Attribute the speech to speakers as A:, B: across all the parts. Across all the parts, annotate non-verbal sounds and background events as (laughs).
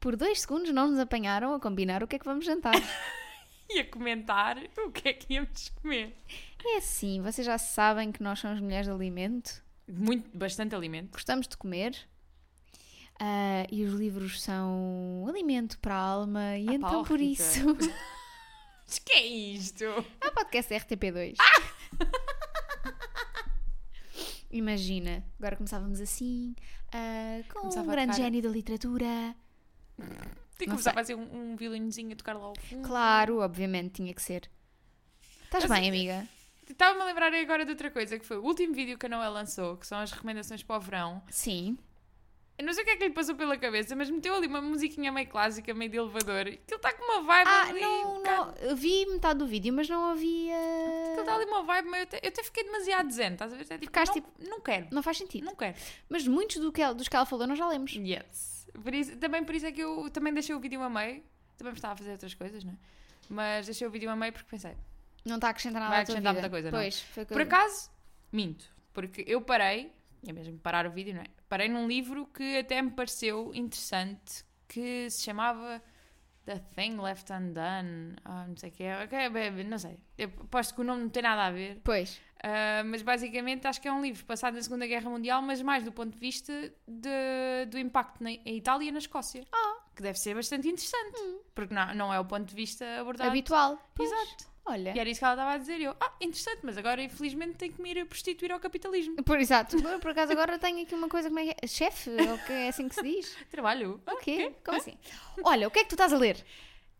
A: por dois segundos não nos apanharam a combinar o que é que vamos jantar. (laughs)
B: E a comentar o que é que íamos comer.
A: é assim, vocês já sabem que nós somos mulheres de alimento,
B: Muito, bastante alimento.
A: gostamos de comer. ah, e os livros são alimento para a alma, e
B: Ah pá,
A: então
B: oh,
A: por
B: Rita.
A: isso.
B: (laughs) Mas que é isto?
A: Há podcast RTP2.
B: Ah!
A: (laughs) Imagina, agora começávamos assim, ah, com
B: Começava
A: um
B: a
A: grande
B: tocar-
A: gênio da literatura.
B: Tem que
A: Não
B: começar a
A: sei.
B: fazer um, um violinozinho a tocar lá ao fundo.
A: Claro, obviamente tinha que ser. Estás
B: Eu
A: bem,
B: sei-
A: amiga?
B: Estava-me a lembrar agora de outra coisa, que foi o último vídeo que a Noel lançou, que são as recomendações para o verão.
A: Sim.
B: Eu não sei o que é que lhe passou pela cabeça, mas meteu ali uma musiquinha meio clássica, meio de elevador. Que ele está com uma vibe
A: Ah,
B: ali. um
A: não,
B: bocado- Então tá.
A: não. Eu vi metade do vídeo, mas não havia.
B: que Ele está ali uma vibe meio. Eu até, eu até fiquei demasiado zen, estás a ver? Até tipo,
A: Ficaste
B: não, não quero.
A: Não faz sentido.
B: Não quero.
A: Mas muitos do que ela- dos que ela falou nós já lemos.
B: Yes. Por isso- também por isso é que eu também deixei o vídeo a meio. Também estava a fazer outras coisas, não é? Mas deixei o vídeo a meio porque pensei.
A: Não está a acrescentar nada
B: Vai
A: à tua
B: acrescentar
A: vida.
B: muita coisa, não.
A: pois, foi o que
B: Por
A: eu-
B: acaso, minto. Porque eu parei, é mesmo parar o vídeo, não é? Parei num livro que até me pareceu interessante, que se chamava The Thing Left Undone, ah, não sei o que é, ok, bem, não sei. Eu aposto que o nome não tem nada a ver,
A: Pois.
B: Ah, mas basicamente acho que é um livro passado na Segunda Guerra Mundial, mas mais do ponto de vista de- do impacto na em Itália e na Escócia. Que deve ser bastante interessante, porque não, não é o ponto de vista abordado.
A: Habitual. Pois,
B: Exato.
A: Olha.
B: E era isso que ela estava a dizer. Eu, ah, interessante, mas agora infelizmente tenho que me ir prostituir
A: (laughs)
B: ao capitalismo.
A: Por, exato. Eu, por acaso agora tenho aqui uma coisa como é que é? Chefe? Ou que é assim que se
B: (laughs)
A: diz?
B: Trabalho.
A: O quê? Como assim? Olha, o que é que tu estás a ler?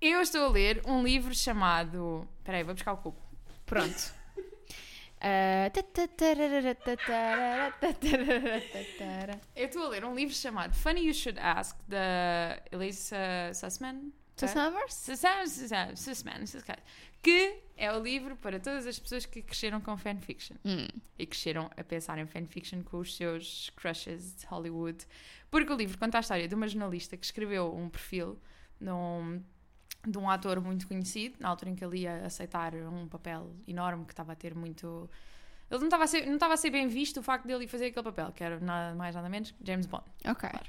B: Eu estou a ler um livro chamado. Espera aí, vou buscar o cubo.
A: Pronto.
B: (laughs)
A: Ah, tatarara, tatarara, tatarara, tatarara.
B: Eu estou a ler um livro chamado Funny You Should Ask, da Elisa Sussman.
A: Tu Summers?
B: Sussman, Sussman, Sussman, Sussman, que é o livro para todas as pessoas que cresceram com fanfiction
A: Hum.
B: e cresceram a pensar em fanfiction com os seus crushes de Hollywood. Porque o livro conta a história de uma jornalista que escreveu um perfil num- de um ator muito conhecido, na altura em que ele ia aceitar um papel enorme que estava a ter muito. Ele não estava a ser, não estava a ser bem visto o facto dele ir fazer aquele papel, que era nada mais nada menos que James Bond.
A: Ok.
B: Claro.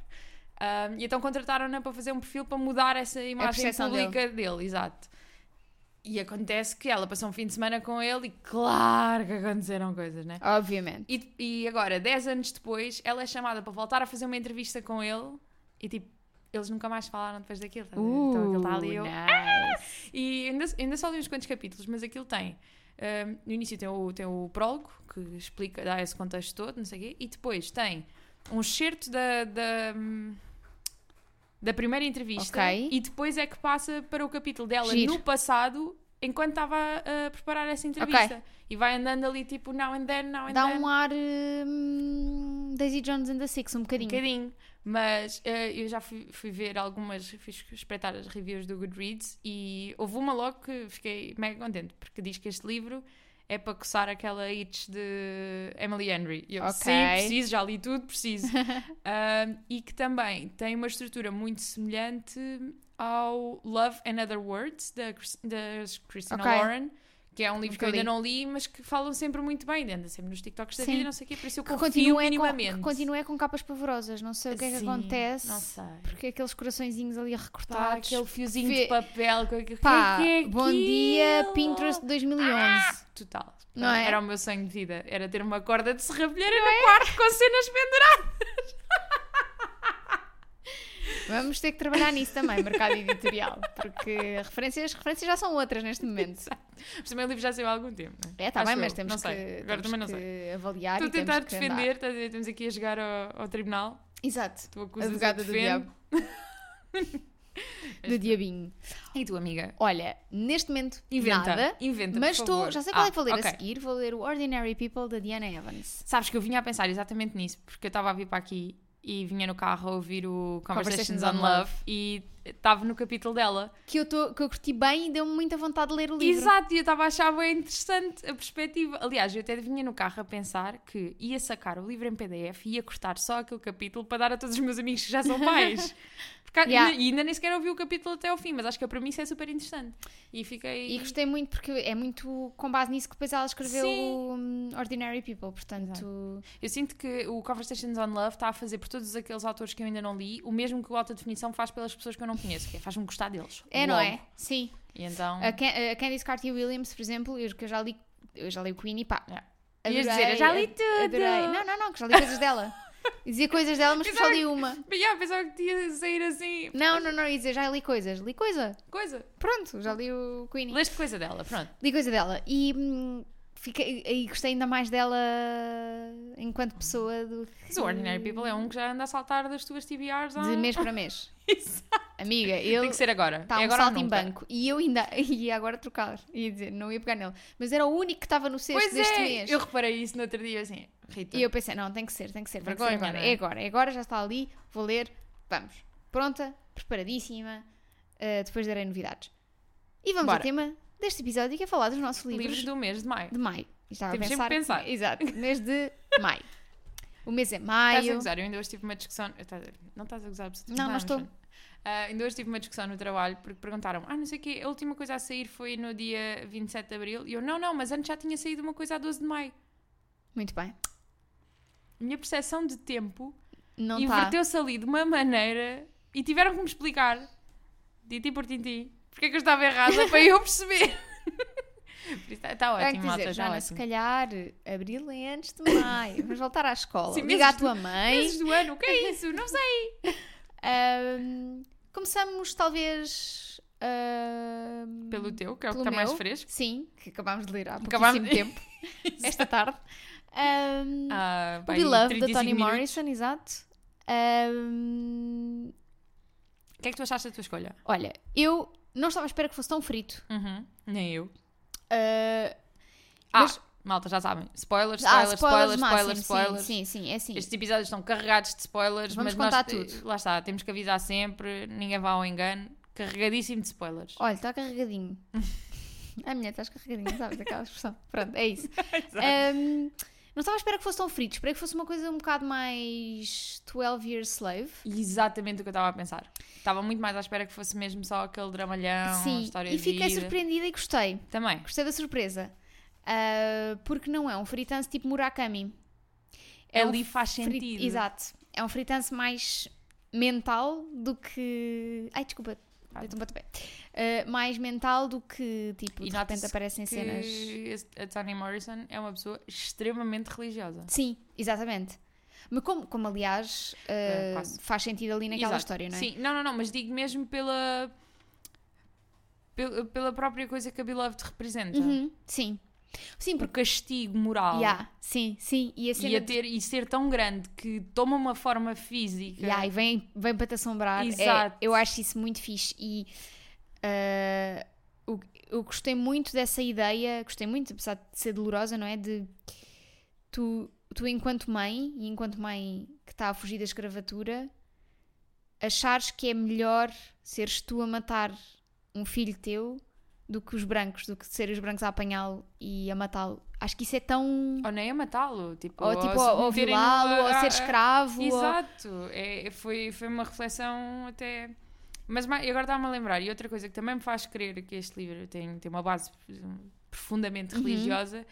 B: Ah, e então contrataram-na para fazer um perfil para mudar essa imagem
A: percepção dele.
B: pública dele. exato. E acontece que ela passou um fim de semana com ele e claro que aconteceram coisas, né?
A: Obviamente.
B: E, e agora, 10 anos depois, ela é chamada para voltar a fazer uma entrevista com ele e tipo, eles nunca mais falaram depois daquilo. estás a ver? então aquilo está ali. eu-
A: Uh, nice.
B: E ainda, ainda só li uns quantos capítulos, mas aquilo tem. hum, no início tem o, tem o prólogo, que explica, dá esse contexto todo, não sei o quê, e depois tem um excerto da. da hum, da primeira entrevista
A: Ok.
B: e depois é que passa para o capítulo dela
A: Giro.
B: no passado enquanto estava a, a preparar essa entrevista e vai andando ali tipo now and then, now and
A: Dá
B: then
A: um ar hum, Daisy Jones and the Six, um
B: um
A: bocadinho.
B: bocadinho. Mas eh, eu já fui, fui ver algumas, fui espreitar as reviews do Goodreads e houve uma logo que fiquei mega contente, porque diz que este livro é para coçar aquela itch de Emily Henry. E eu,
A: Ok.
B: sim, preciso, já li
A: (laughs)
B: tudo, preciso. Ahm, e que também tem uma estrutura muito semelhante ao Love and Other Words, da, Chris- da Christina
A: Ok.
B: Lauren. Que é um livro
A: Nunca
B: que eu ainda
A: li.
B: não li, mas que falam sempre muito bem, anda sempre nos TikToks da
A: Sim.
B: vida, não sei o quê, por isso eu
A: Que
B: confio
A: continua, é com,
B: minimamente.
A: que continua é com capas pavorosas. Não sei o que é que
B: Sim,
A: acontece.
B: Assim, Não sei.
A: Porque aqueles coraçõezinhos ali
B: Pá,
A: recortados.
B: aquele fiozinho
A: fe-
B: de papel. Que, que,
A: Pá,
B: que é
A: bom dia,
B: aquilo?
A: Pinterest 2011.
B: Total.
A: Não é?
B: Era o meu sonho de vida. Era ter uma corda de serrapilheira no quarto com cenas penduradas.
A: Vamos ter que trabalhar nisso também, mercado editorial. Porque referências, referências já são outras neste momento.
B: Mas também o livro já saiu há algum tempo. não
A: É, está
B: Acho
A: bem, mas
B: eu.
A: temos
B: não sei.
A: que,
B: Agora
A: temos
B: também não
A: que
B: sei.
A: avaliar
B: Estou
A: e
B: a
A: temos
B: tentar
A: que andar.
B: defender. estás a ver? Estamos aqui a jogar ao, ao tribunal.
A: Exato.
B: Tu acusas
A: Advogada
B: eu
A: do
B: defendo.
A: diabo. (laughs) do diabinho.
B: E tu, amiga?
A: Olha, neste momento
B: Inventa.
A: nada,
B: Inventa,
A: mas
B: por
A: estou-
B: favor.
A: já sei qual é
B: Ah,
A: que vou ler
B: ok.
A: a seguir. Vou ler o Ordinary People da Diana Evans.
B: Sabes que eu vinha a pensar exatamente nisso, porque eu estava a vir para aqui e vinha no carro a ouvir o Conversations,
A: Conversations
B: on
A: on
B: Love, e estava no capítulo dela.
A: Que eu, tô, que eu curti bem e deu-me muita vontade de ler o livro.
B: Exato, e eu estava a achar bem interessante a perspectiva. Aliás, eu até vinha no carro a pensar que ia sacar o livro em PDF e ia cortar só aquele capítulo para dar a todos os meus amigos que já são pais. Porque há-
A: Yeah.
B: E ainda nem sequer ouvi o capítulo até ao fim, mas acho que a premissa é super interessante. E fiquei.
A: E gostei muito porque é muito com base nisso que depois ela escreveu
B: Sim.
A: hum, Ordinary People, portanto.
B: Eu sinto que o Conversations on Love está a fazer por todos aqueles autores que eu ainda não li o mesmo que o Alta Definição faz pelas pessoas que eu não conheço, que é faz-me gostar deles.
A: É, não
B: logo.
A: é? Sim.
B: E então.
A: A, Can- a Candice Carty Williams, por exemplo, eu, que eu já li, eu já li o Queen e pá.
B: Yeah.
A: adorei,
B: Ias dizer, "Eu já li
A: ad-
B: tudo."
A: adorei. Não, não, não, que já li coisas dela.
B: (laughs)
A: Dizia coisas dela, mas que só li uma.
B: Mas yeah, pensava que ia sair assim.
A: Não, não, não, ia dizer, já li coisas. Li coisa.
B: Coisa.
A: Pronto, já li o Queen.
B: Leste coisa dela, pronto.
A: Li coisa dela. E hum, fiquei, e gostei ainda mais dela enquanto pessoa do que-
B: Mas o Ordinary People é um que já anda a saltar das tuas TBRs há...
A: de mês para mês.
B: (laughs) Exato.
A: Amiga,
B: Tem
A: ele
B: que ser agora.
A: está
B: é
A: um
B: agora
A: salto
B: ou
A: em
B: nunca.
A: banco. E eu ainda (laughs) ia agora trocar. Ia dizer, não ia pegar nele. Mas era o único que estava no sexto
B: Pois
A: deste
B: é,
A: mês.
B: eu reparei isso no outro dia assim. Rita.
A: E eu pensei, não, tem que ser, tem que ser, tem que ser
B: Vergonha,
A: agora.
B: não
A: É
B: é?
A: agora, é agora, já está ali, vou ler, vamos. Pronta, preparadíssima, ah, depois darei novidades. E vamos ao
B: Bora.
A: tema deste episódio que é falar dos nossos livros,
B: Livros do mês de maio.
A: de maio. E Estava
B: Temos
A: a
B: sempre
A: pensar,
B: que pensar. (laughs)
A: Exato, mês de maio. O mês é
B: Estás a
A: maio.
B: gozar, eu ainda hoje tive uma discussão. eu estás a- Não estás a gozar absolutamente
A: Não, não
B: nada,
A: estou.
B: Alexandre. Ah, ainda hoje tive uma discussão no trabalho porque perguntaram: Ah, não sei o quê, a última coisa a sair foi no dia 27 de abril. E eu: Não, não, mas antes já tinha saído uma coisa a 12 de maio.
A: Muito bem.
B: A minha percepção de tempo
A: Não tá. está.
B: inverteu-se ali de uma maneira e tiveram que me explicar, tintim por tintim, porque é que eu estava errada para eu perceber. (laughs) Está tá
A: Tenho que
B: ótimo, malta,
A: dizer,
B: está
A: Joana, se
B: ótimo.
A: calhar abril é antes de maio. Vamos voltar à escola.
B: Sim,
A: Liga à
B: meses de-
A: tua mãe.
B: Meses do ano, o
A: (laughs)
B: que é isso? Não sei.
A: Ahm, começamos talvez ahm,
B: Pelo teu, que é o que
A: pelo
B: está mais
A: meu.
B: fresco.
A: Sim, que acabámos de ler há
B: Acabámos-
A: pouquíssimo tempo,
B: (laughs)
A: esta tarde. Um,
B: Ah,
A: o
B: bem,
A: Beloved, da
B: 35
A: Toni
B: minutos.
A: Morrison, exato. Um,
B: O que é que tu achaste da tua escolha?
A: olha, eu não estava à espera que fosse tão frito.
B: Uhum, nem eu.
A: Uh,
B: Ah,
A: Mas-
B: malta, já sabem. Spoilers, spoilers,
A: ah,
B: spoilers, spoilers,
A: máximo,
B: spoilers.
A: sim, Sim, sim, é assim.
B: Estes episódios estão carregados de spoilers,
A: Vamos
B: mas nós-
A: contar tudo.
B: lá está, temos que avisar sempre, ninguém vá ao engano. Carregadíssimo de spoilers.
A: Olha, está carregadinho. (laughs) A mulher, estás carregadinha, sabes aquela expressão. Pronto, é isso.
B: (laughs) Exato.
A: Um, não estava à espera que fosse tão frito, esperei que fosse uma coisa um bocado mais 12 Years Slave.
B: Exatamente o que eu estava a pensar. Estava muito mais à espera que fosse mesmo só aquele dramalhão,
A: Sim,
B: história
A: e
B: de
A: fiquei
B: vida.
A: surpreendida e gostei.
B: Também.
A: Gostei da surpresa. Ah, porque não é um fritanse tipo Murakami. É um
B: Ali faz
A: fri-
B: sentido.
A: Exato. É um fritanse mais mental do que. Ai, desculpa.
B: Ah.
A: dei-te um pontapé. Ah, mais mental do que tipo,
B: E
A: de repente
B: nota-se
A: aparecem
B: Que
A: cenas.
B: esse- a Toni Morrison é uma pessoa extremamente religiosa.
A: Sim, exatamente. Mas como, como aliás, ah,
B: É, quase.
A: faz sentido ali naquela
B: Exato.
A: história, não é?
B: Sim, não, não, não, mas digo mesmo pela pel- pela própria coisa que a Beloved representa.
A: Uhum, sim. Sim,
B: O
A: porque.
B: castigo moral.
A: Yeah, sim, sim. E a cena.
B: E, a
A: de-
B: ter, e ser tão grande que toma uma forma física.
A: Yeah, e vem, vem para te assombrar. É,
B: Exato.
A: eu acho isso muito fixe. E ah, o- eu gostei muito dessa ideia, gostei muito, apesar de ser dolorosa, não é? De tu, tu enquanto mãe, e enquanto mãe que está a fugir da escravatura, achares que é melhor seres tu a matar um filho teu do que os brancos, do que serem os brancos a apanhá-lo e a matá-lo. Acho que isso é tão.
B: Ou nem a matá-lo. Tipo,
A: Ou, tipo,
B: se
A: ou, ou
B: meterem-no
A: violá-lo, ou
B: a-
A: ser
B: a-
A: escravo. ou-
B: Ah, é. Exato, é, foi, foi uma reflexão até. Mas ma- e agora está-me a lembrar, e outra coisa que também me faz crer que este livro tem, tem uma base hum, profundamente
A: Uhum.
B: religiosa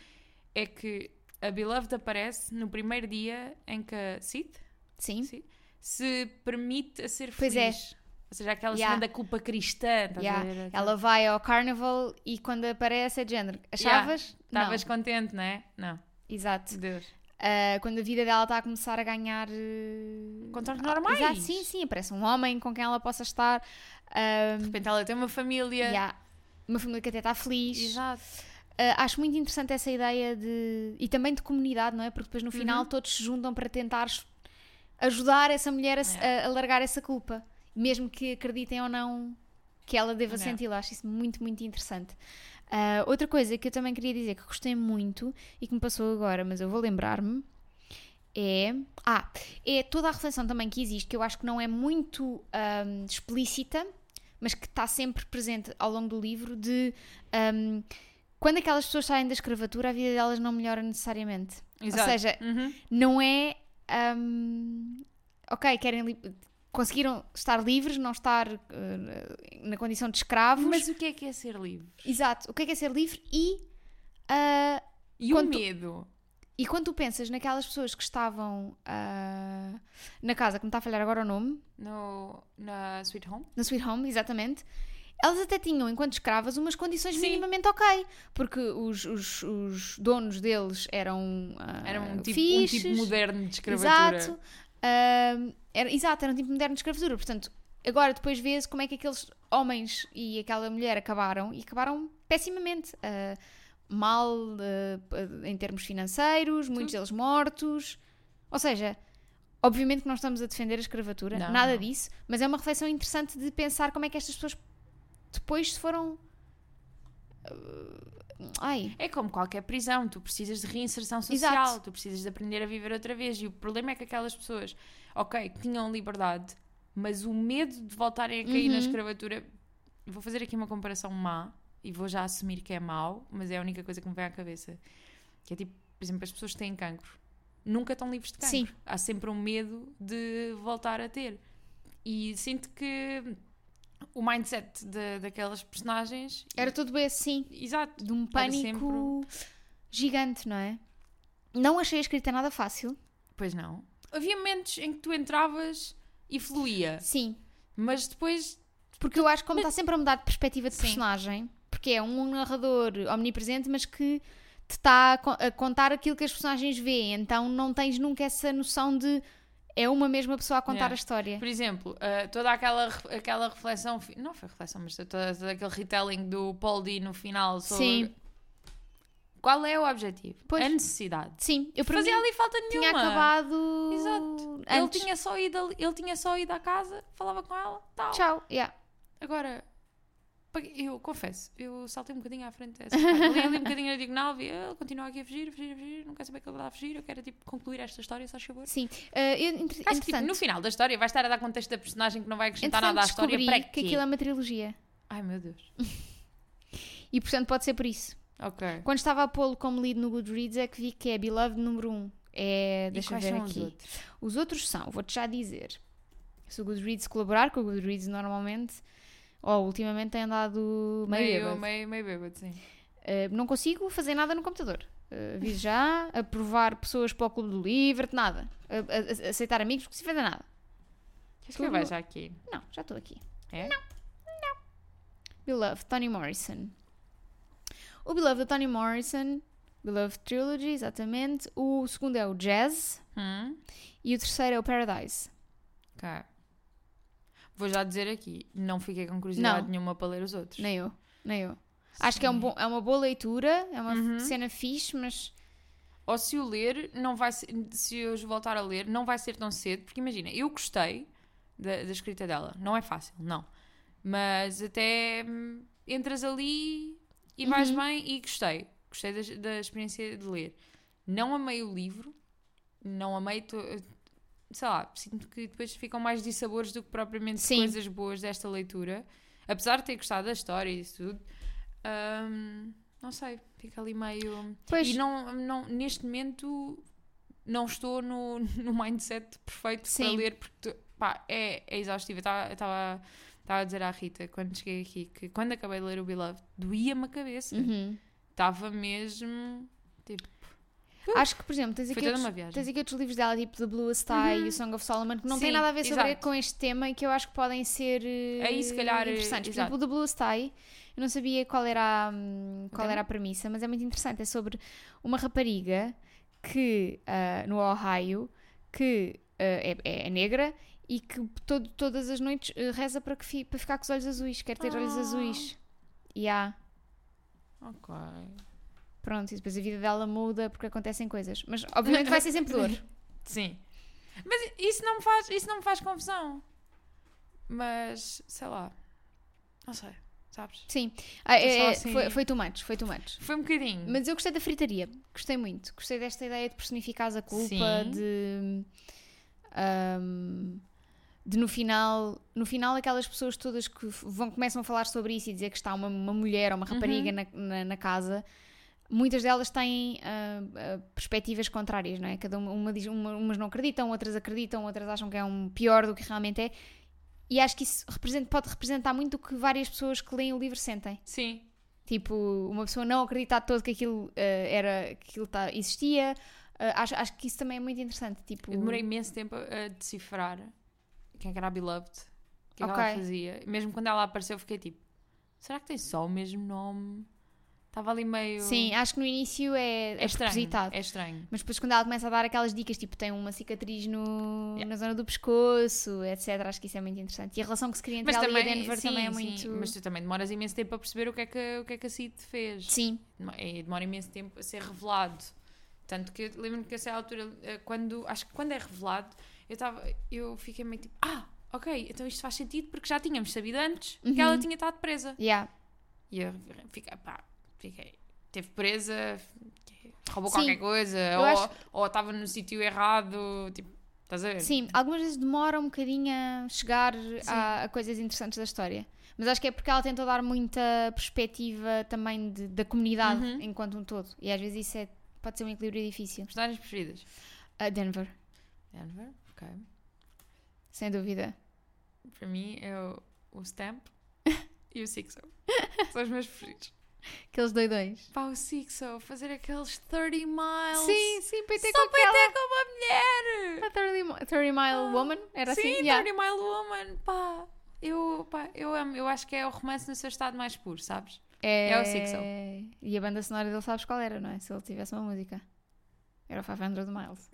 B: é que a Beloved aparece no primeiro dia em que a Sid
A: Sim.
B: Sid se permite a ser
A: Pois
B: feliz.
A: é.
B: Ou seja, aquela
A: Yeah.
B: cena da culpa cristã, estás
A: Yeah,
B: a ver?
A: Ela vai ao carnaval e quando aparece é de género. Achavas?
B: Estavas
A: Não.
B: contente, não é? Não,
A: Exato.
B: de Deus.
A: Ah, quando a vida dela está a começar a ganhar. eh,
B: Contornos
A: ah,
B: normais.
A: Exato, sim, sim. Aparece um homem com quem ela possa estar. ah,
B: De repente ela tem uma família.
A: yeah. Uma família que até está feliz.
B: Exato.
A: Ah, acho muito interessante essa ideia de. E também de comunidade, não é? Porque depois no final todos se juntam para tentar ajudar essa mulher a, se- a- a largar essa culpa. Mesmo que acreditem ou não que ela deva
B: Yeah.
A: senti-lo. Acho isso muito, muito interessante. Ah, outra coisa que eu também queria dizer que gostei muito e que me passou agora, mas eu vou lembrar-me. É. Ah, é toda a reflexão também que existe, que eu acho que não é muito ahm, ah, explícita, mas que está sempre presente ao longo do livro, de hum, quando aquelas pessoas saem da escravatura, a vida delas não melhora necessariamente.
B: Exato.
A: Ou seja,
B: Uhum.
A: não é. hum, ok, querem. li- Conseguiram estar livres, não estar eh, na condição de escravos.
B: Mas o que é que é ser livre?
A: Exato. O que é que é ser livre? E, ah,
B: E
A: Quando-
B: o medo?
A: e quando tu pensas naquelas pessoas que estavam ah, na casa, que me está a falhar agora o nome,
B: No, na Sweet Home?
A: na Sweet Home, exatamente, elas até tinham, enquanto escravas, umas condições
B: Sim.
A: minimamente ok. Porque os, os- os donos deles eram. ah,
B: Era um tipo, um
A: fixes,
B: tipo moderno de escravatura.
A: Exato. Ah, era, exato, era um tipo moderno de escravatura. Portanto, agora depois vês como é que aqueles homens e aquela mulher acabaram e acabaram pessimamente. ah, mal ah, p- em termos financeiros, muitos
B: Hum.
A: deles mortos. Ou seja, obviamente que não estamos a defender a escravatura,
B: Não,
A: nada
B: não.
A: disso, mas é uma reflexão interessante de pensar como é que estas pessoas depois se foram. ah, Ai,
B: É como qualquer prisão, tu precisas de reinserção social,
A: Exato.
B: tu precisas de aprender a viver outra vez. E o problema é que aquelas pessoas, ok, que tinham liberdade, mas o medo de voltarem a cair na
A: Uhum.
B: escravatura. Vou fazer aqui uma comparação má e vou já assumir que é mau, mas é a única coisa que me vem à cabeça. Que é tipo, por exemplo, as pessoas que têm cancro nunca estão livres de cancro.
A: Sim.
B: Há sempre um medo de voltar a ter. E sinto que o mindset da- daquelas personagens.
A: era tudo assim.
B: Exato.
A: de um
B: Era sempre
A: pânico gigante, não é? Não achei a escrita nada fácil.
B: Pois não. Havia momentos em que tu entravas e fluía,
A: Sim.
B: mas depois.
A: Porque eu acho que como está sempre a mudar de perspectiva de
B: Sim.
A: personagem, porque é um narrador omnipresente, mas que te está a, co- a contar aquilo que as personagens veem, então não tens nunca essa noção de é uma mesma pessoa a contar
B: Yeah.
A: a história.
B: Por exemplo, ah, toda aquela, re- aquela reflexão. fi- Não foi reflexão, mas todo, todo aquele retelling do Paul D no final sobre.
A: Sim.
B: Qual é o objetivo?
A: Pois.
B: A necessidade.
A: Sim, eu para mim,
B: Fazia ali falta nenhuma.
A: tinha acabado
B: Exato. Ele
A: antes.
B: tinha, só ido, ali- ele tinha só ido à casa, falava com ela, tal.
A: Tchau, yeah.
B: Agora, pa- eu confesso, eu saltei um bocadinho à frente dessa parte. Li ali um bocadinho na diagonal, vi "Ah, ele continua aqui a fugir, a fugir, a fugir, não quero saber que ele está a fugir, eu quero tipo, concluir esta história, só favor.
A: Sim. Ah, eu, entre-
B: Acho que tipo,
A: entretanto,
B: no final da história vai estar a dar contexto da personagem que não vai acrescentar
A: entretanto
B: nada à história.
A: descobri
B: Para
A: que
B: quê?
A: aquilo é uma trilogia.
B: Ai meu Deus.
A: E portanto pode ser por isso.
B: Ok.
A: Quando estava a pô-lo como lead no Goodreads é que vi que é Beloved número 1. É,
B: E
A: deixa eu
B: quais
A: ver
B: são
A: aqui.
B: os outros?
A: Os outros são, vou-te já dizer. Se o Goodreads colaborar, que o Goodreads normalmente, ou ultimamente tem andado meio,
B: Meio,
A: bêbado.
B: meio, meio bêbado, sim.
A: Eh, não consigo fazer nada no computador. Eh, aviso já, aprovar pessoas para o Clube do Livre, nada. A- a- a- aceitar amigos, não consigo fazer nada.
B: Queres que eu
A: Tudo-
B: veja aqui?
A: Não, já estou aqui.
B: É?
A: Beloved, Toni Morrison. O Beloved do Toni Morrison, Beloved Trilogy, exatamente. O segundo é o Jazz
B: Hum?
A: e o terceiro é o Paradise.
B: Ok. Vou já dizer aqui, não fiquei com curiosidade
A: Não.
B: nenhuma para ler os outros.
A: Nem eu, nem eu. Acho que é, um bom- é uma boa leitura, é uma
B: Uhum.
A: cena fixe, mas
B: ou se eu ler, não vai ser- se eu os voltar a ler, não vai ser tão cedo, porque imagina, eu gostei da, da escrita dela, não é fácil, não. Mas até hum, entras ali e vais bem e gostei, gostei da, da experiência de ler. Não amei o livro, não amei, to- sei lá, sinto que depois ficam mais dissabores do que propriamente
A: Sim.
B: coisas boas desta leitura. Apesar de ter gostado da história e isso tudo, hum, não sei, fica ali meio.
A: depois
B: E não, não, neste momento não estou no, (laughs) no mindset perfeito para
A: Sim.
B: ler, porque tu- pá, é, é exaustivo. Eu Estava a dizer à Rita, quando cheguei aqui, que quando acabei de ler o Beloved, doía-me a cabeça.
A: Uhum.
B: Estava mesmo.
A: acho que, por exemplo, tens
B: Foi
A: aqui,
B: toda
A: outros,
B: uma viagem.
A: tens aqui outros livros dela, tipo The Blue Sky e o Song of Solomon, que não têm
B: Uhum. Sim,
A: nada a ver sobre-
B: exato.
A: com este tema e que eu acho que podem ser eh,
B: Aí, se calhar, eh,
A: interessantes. Por
B: exato.
A: exemplo, o The Blue Sky, eu não sabia qual era, a, hum, qual
B: tema?
A: era a premissa, mas é muito interessante. É sobre uma rapariga que, ah, no Ohio, que ah, é, é negra e que todo- todas as noites eh, reza para, que fi- para ficar com os olhos azuis, quer ter olhos
B: Ah.
A: azuis. E há.
B: Ok.
A: Pronto, e depois a vida dela muda porque acontecem coisas. Mas obviamente vai ser
B: (laughs)
A: sempre dor.
B: Sim. Mas isso não me faz, isso não me faz confusão. Mas, sei lá. Não sei, sabes?
A: Sim. Ah,
B: Estou só
A: é, é,
B: assim-
A: foi, foi too much, foi too much.
B: Foi um bocadinho.
A: Mas eu gostei da fritaria, gostei muito. Gostei desta ideia de personificar a culpa,
B: Sim.
A: de. ahm, de no final, no final aquelas pessoas todas que vão, começam a falar sobre isso e dizer que está uma, uma mulher ou uma rapariga na, na, na casa, muitas delas têm ah, ah, perspectivas contrárias, não é? Cada uma, uma diz, uma- umas não acreditam, outras acreditam, outras acham que é um pior do que realmente é. E acho que isso representa- pode representar muito o que várias pessoas que leem o livro sentem.
B: Sim.
A: Tipo, uma pessoa não acreditar todo que aquilo eh, era que aquilo tá- existia. Eh, acho, acho que isso também é muito interessante. Tipo,
B: Eu demorei imenso tempo a decifrar quem é que era a Beloved, o que é que
A: Ok.
B: ela fazia. Mesmo quando ela apareceu, eu fiquei tipo: será que tem só o mesmo nome? Estava ali meio.
A: Sim, acho que no início é, é,
B: é estranho.
A: propositado.
B: É estranho.
A: Mas depois quando ela começa a dar aquelas dicas, tipo, tem uma cicatriz no,
B: Yeah.
A: na zona do pescoço, etc. Acho que isso é muito interessante. E a relação que se cria entre ela e a Denver
B: sim,
A: também é
B: sim,
A: muito...
B: Mas tu também demoras imenso tempo a perceber o que é que, o que, é que a Cid fez.
A: Sim,
B: Demo- é- demora imenso tempo a ser revelado. Tanto que eu lembro-me que a certa altura, eh, quando, acho que quando é revelado, eu, estava eu fiquei meio tipo, ah, ok, então isto faz sentido porque já tínhamos sabido antes que
A: Uhum.
B: ela tinha estado presa.
A: yeah.
B: E eu fiquei, pá, fiquei, esteve presa, roubou
A: Sim.
B: qualquer coisa,
A: Eu
B: ou,
A: acho-
B: ou estava no sítio errado, tipo, estás a ver?
A: Sim, algumas vezes demora um bocadinho a chegar a, a coisas interessantes da história. Mas acho que é porque ela tentou dar muita perspectiva também de- da comunidade
B: Uhum.
A: enquanto um todo. E às vezes isso é, pode ser um equilíbrio difícil.
B: Personagens preferidas?
A: A Denver,
B: Denver, ok.
A: sem dúvida.
B: Para mim é o, o
A: (laughs)
B: Stamp e o Sixo. São os meus preferidos.
A: Aqueles doidões.
B: Pá, o Sixo, fazer aqueles 30 miles.
A: Sim, sim, PT com
B: só para
A: aquela.
B: ter com uma mulher.
A: A 30, 30 Mile Woman, era
B: Ah, Sim,
A: assim?
B: 30
A: Yeah.
B: Mile Woman, pá. Eu, pá, eu amo, eu acho que é o romance no seu estado mais puro, sabes?
A: É...
B: É o Six Soul.
A: E a banda sonora dele sabes qual era, não é? Se ele tivesse uma música. Era o 500 Miles.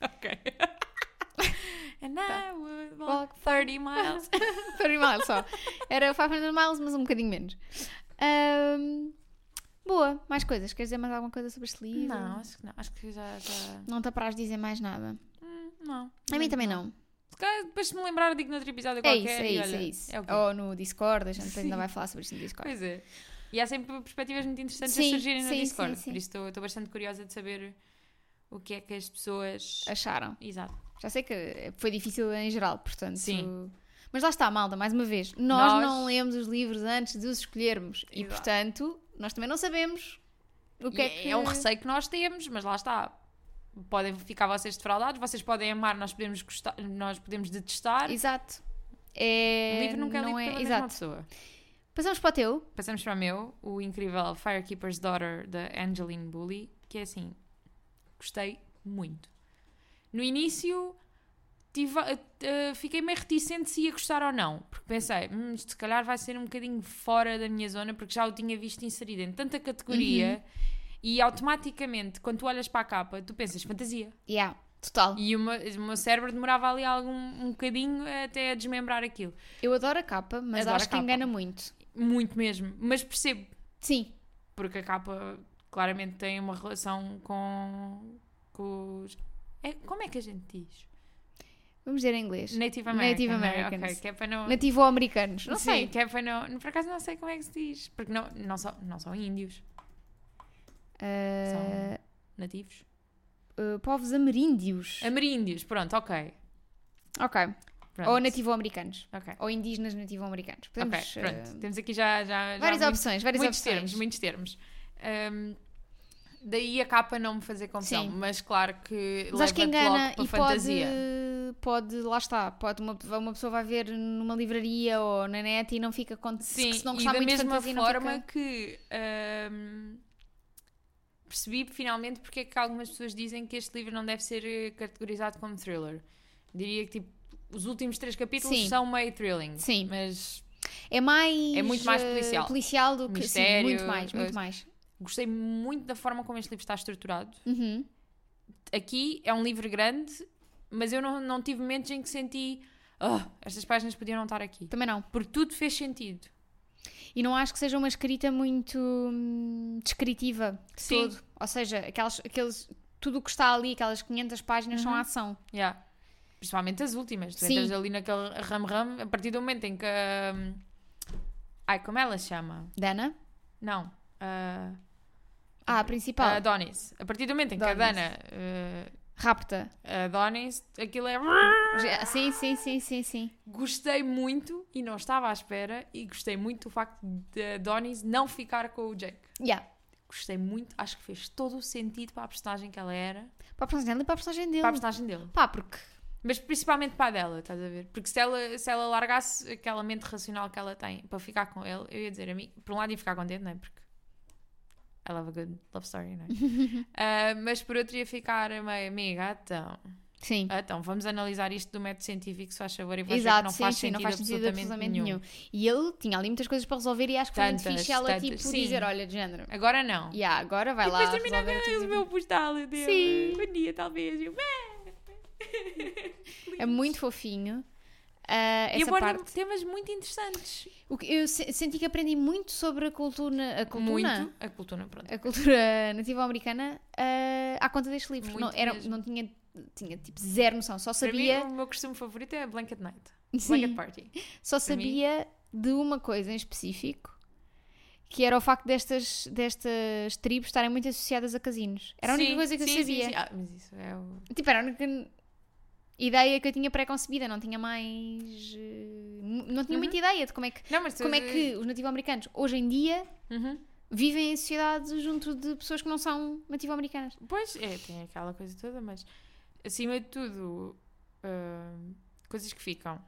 B: Ok. (laughs) And I would walk
A: Tá. Walk
B: 30 miles.
A: 30 Miles só. Era o 500 Miles, mas um bocadinho menos. Ahm, boa, mais coisas. Queres dizer mais alguma coisa sobre este livro?
B: (laughs) Não, acho que não. Acho que já. já...
A: Não te apraz dizer mais nada.
B: Hum, não.
A: A mim também não.
B: Se calhar depois se me lembrar, digo noutro episódio
A: É
B: qualquer.
A: isso, é
B: e
A: isso,
B: olha,
A: é isso.
B: É o que
A: Ou no Discord, a gente
B: Sim.
A: ainda vai falar sobre isto no Discord.
B: Pois é. E há sempre perspectivas muito interessantes
A: Sim,
B: a surgirem no
A: sim,
B: Discord.
A: sim, sim.
B: Por isso estou- estou bastante curiosa de saber o que é que as pessoas.
A: Acharam?
B: Exato.
A: Já sei que foi difícil em geral, portanto.
B: Sim.
A: Mas lá está, malda, mais uma vez. Nós,
B: Nós-
A: não lemos os livros antes de os escolhermos. E,
B: Exato.
A: portanto, nós também não sabemos o que
B: E
A: é que.
B: é um receio que nós temos, mas lá está. Podem ficar vocês defraudados, vocês podem amar, nós podemos, gostar, nós podemos detestar.
A: Exato. É...
B: o livro nunca é lido
A: não
B: pela mesma
A: Exato.
B: pessoa.
A: Passamos para o teu.
B: Passamos para o meu, o incrível Firekeeper's Daughter da Angeline Bully, que é assim, gostei muito. No início tive, eh, eh, fiquei meio reticente se ia gostar ou não, porque pensei, hum, isto se calhar vai ser um bocadinho fora da minha zona, porque já o tinha visto inserido em tanta categoria e automaticamente, quando tu olhas para a capa, tu pensas fantasia.
A: Yeah, total.
B: E o meu, o meu cérebro demorava ali algum um bocadinho até a desmembrar aquilo.
A: Eu adoro a capa, mas
B: Adoro
A: acho
B: a
A: que
B: capa.
A: engana muito.
B: Muito mesmo, mas percebo.
A: Sim,
B: porque a capa claramente tem uma relação com, com os. É, como é que a gente diz?
A: vamos dizer em inglês.
B: Native American.
A: Native
B: não é?
A: Americans.
B: Ok, que é para não.
A: Nativo ou americanos. Não
B: Sim,
A: sei.
B: Que é para não. não- Por acaso não sei como é que se diz. Porque não, não, são, não são índios
A: Ah,
B: nativos.
A: ah, povos ameríndios.
B: Ameríndios, pronto, ok.
A: Ok.
B: Pronto.
A: Ou nativo-americanos.
B: Ok,
A: Ou indígenas nativo-americanos. Podemos,
B: ok, pronto.
A: ah,
B: Temos aqui já. já, já
A: várias
B: muitos-
A: opções, várias
B: muitos
A: opções.
B: termos, muitos termos. Ahm, daí a capa não me fazer confusão,
A: Sim.
B: mas claro que
A: Mas acho que
B: leva-te
A: engana
B: logo para
A: e
B: fantasia.
A: pode, pode, lá está, pode uma, uma pessoa vai ver numa livraria ou na net e não fica com
B: Sim,
A: se não
B: e
A: gostar
B: da
A: muito de
B: mesma
A: fantasia não
B: forma
A: fica-
B: que ahm, percebi finalmente porque é que algumas pessoas dizem que este livro não deve ser eh, categorizado como thriller. Diria que tipo, os últimos três capítulos
A: Sim.
B: são meio thrilling.
A: Sim.
B: Mas
A: é mais
B: é muito mais
A: eh,
B: policial.
A: policial do que sim,
B: Mistério,
A: muito mais, muito
B: eh,
A: mais.
B: gostei muito da forma como este livro está estruturado.
A: Uhum.
B: Aqui é um livro grande, mas eu não, não tive momentos em que senti "Ah, estas páginas podiam não estar aqui.
A: Também não.
B: Porque tudo fez sentido.
A: E não acho que seja uma escrita muito hum, descritiva de
B: Sim.
A: todo. Ou seja, aquelas, aqueles, tudo o que está ali, aquelas 500 páginas, são
B: Uhum.
A: ação.
B: Yeah. Principalmente as últimas. Tu
A: Sim.
B: entras ali naquele ram-ram, a partir do momento em que. hum, ai, como ela se chama?
A: Dana?
B: Não. ah,
A: Ah, a
B: a
A: principal.
B: Ah, Adonis. A partir do momento em que a
A: Adonis.
B: Dana ah,
A: Rapta.
B: Adonis, aquilo é.
A: Já- Sim, sim, sim, sim, sim.
B: Gostei muito e não estava à espera. E gostei muito do facto de Adonis não ficar com o Jake.
A: Yeah.
B: Gostei muito, acho que fez todo o sentido para a personagem que ela era,
A: Para a personagem dela e para a personagem dele.
B: para a personagem dele.
A: Pá, porque.
B: Mas principalmente para a dela, estás a ver? Porque se ela, se ela largasse aquela mente racional que ela tem para ficar com ele, eu ia dizer a mim, por um lado ia ficar contente, não é? Porque I love a good love story,
A: (laughs)
B: não é? Ah, mas por outro ia ficar meio, amiga, então,
A: Sim.
B: então vamos analisar isto do método científico, se faz favor, e vais ver é que
A: Exato,
B: não
A: sim,
B: faz
A: sim,
B: sentido
A: não faz sentido
B: absolutamente, nenhum.
A: E ele tinha ali muitas coisas para resolver e acho que foi muito
B: Tantas,
A: fixe ela
B: tantas,
A: tipo
B: sim.
A: dizer, olha, de género.
B: Agora não.
A: Yeah, agora vai
B: e
A: lá.
B: depois termina
A: resolver a tua
B: com o
A: vida."
B: meu postal dele.
A: Sim.
B: Bom dia, talvez. Eu, "Ah."
A: É muito fofinho. Ah,
B: e
A: essa
B: aborda
A: parte.
B: temas muito interessantes.
A: O que- eu se- senti que aprendi muito sobre a cultura. A cultura.
B: Muito. A cultura, pronto.
A: A cultura nativa americana ah, à conta deste livro.
B: Muito
A: Não, era,
B: mesmo.
A: não tinha, tinha tipo zero noção. Só sabia.
B: Para mim, o meu costume favorito é a Blanket Night.
A: Sim.
B: Blanket Party.
A: Só
B: Para mim-
A: sabia de uma coisa em específico, que era o facto destas, destas tribos estarem muito associadas a casinos. Era a única
B: Sim,
A: coisa que
B: sim,
A: eu
B: sim,
A: sabia.
B: sim. Ah, mas isso é o...
A: Tipo, era a única ideia que eu tinha pré-concebida, não tinha mais. eh, mu- Não
B: Uhum.
A: tinha muita ideia de como é que,
B: Não, mas tu-
A: como é
B: eh,
A: que os nativo-americanos hoje em dia
B: Uhum.
A: vivem em sociedade junto de pessoas que não são nativo-americanas.
B: Pois, é, tem aquela coisa toda, mas acima de tudo, hum, coisas que ficam.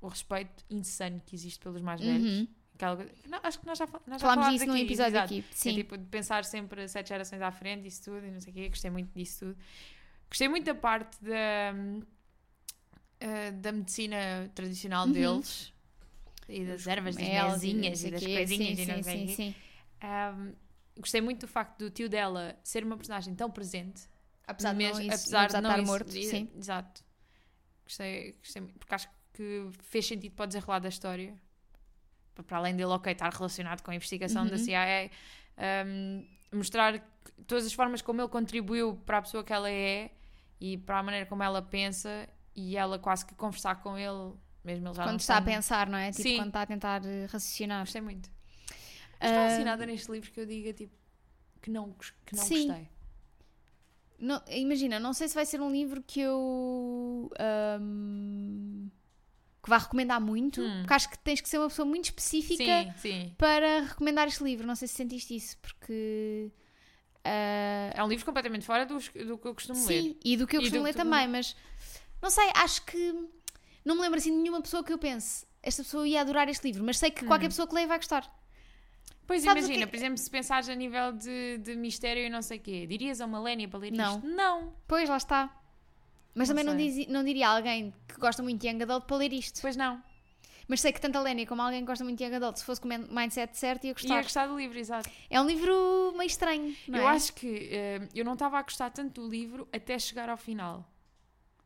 B: O respeito insano que existe pelos mais velhos.
A: Uhum.
B: Aquela coisa- Não, acho que nós já, fal- nós já
A: Falámos disso
B: aqui,
A: num episódio
B: exato.
A: aqui.
B: É
A: Sim.
B: tipo, de pensar sempre sete gerações à frente, isso tudo, e não sei o quê, gostei muito disso tudo. Gostei muito da parte da, hum, eh, da medicina tradicional
A: Uhum.
B: deles. E das ervas, das
A: Elas e
B: melzinhas
A: É não
B: e das
A: sei quê.
B: coisinhas
A: sim,
B: e não
A: sim,
B: sei
A: sim,
B: o quê.
A: sim.
B: Hum, Gostei muito do facto do tio dela ser uma personagem tão presente.
A: Apesar de não,
B: mesmo-
A: isso-
B: apesar de não
A: estar
B: isso-
A: morto,
B: e-
A: sim.
B: Exato. Gostei, gostei muito, porque acho que fez sentido para o desenrolar da história. Pa- Para além dele, ok, estar relacionado com a investigação da
A: Uhum.
B: CIA, hum, mostrar que- todas as formas como ele contribuiu para a pessoa que ela é e para a maneira como ela pensa e ela quase que conversar com ele, mesmo ele já não
A: Quando está a
B: estando-
A: pensar, não é? Tipo,
B: Sim.
A: quando está a tentar eh, raciocinar.
B: Gostei muito. Mas não
A: Ah,
B: há assim nada neste livro que eu diga, tipo, que não, gos- que não
A: Sim.
B: gostei.
A: Não- imagina, não sei se vai ser um livro que eu. ahm, que vá recomendar muito,
B: Hum.
A: porque acho que tens que ser uma pessoa muito específica
B: Sim, sim.
A: para recomendar este livro. Não sei se sentiste isso, porque. ah,
B: É um livro completamente fora dos- do, que eu costumo ler.
A: sim, e do que eu
B: E do
A: costumo
B: que
A: ler
B: tu-
A: também, mas. Não sei, acho que. Não me lembro assim de nenhuma pessoa que eu pense. Esta pessoa ia adorar este livro, mas sei que
B: Hum.
A: qualquer pessoa que leia vai gostar.
B: Pois
A: Sabes o
B: imagina,
A: que- é
B: por exemplo, se pensares a nível de, de mistério e não sei o quê, dirias a uma Lénia para ler
A: Não.
B: isto? Não.
A: Pois, lá está. Mas
B: Não
A: também não,
B: sei.
A: dizi- não diria a alguém que gosta muito de Young Adult para ler isto.
B: Pois não.
A: Mas sei que tanto a Lénia como alguém que gosta muito de Young Adult, se fosse com o men- mindset certo, ia
B: Ia
A: gostar.
B: gostar do livro, exato.
A: É um livro meio estranho, não
B: eu
A: é?
B: acho que eh, eu não estava a gostar tanto do livro até chegar ao final.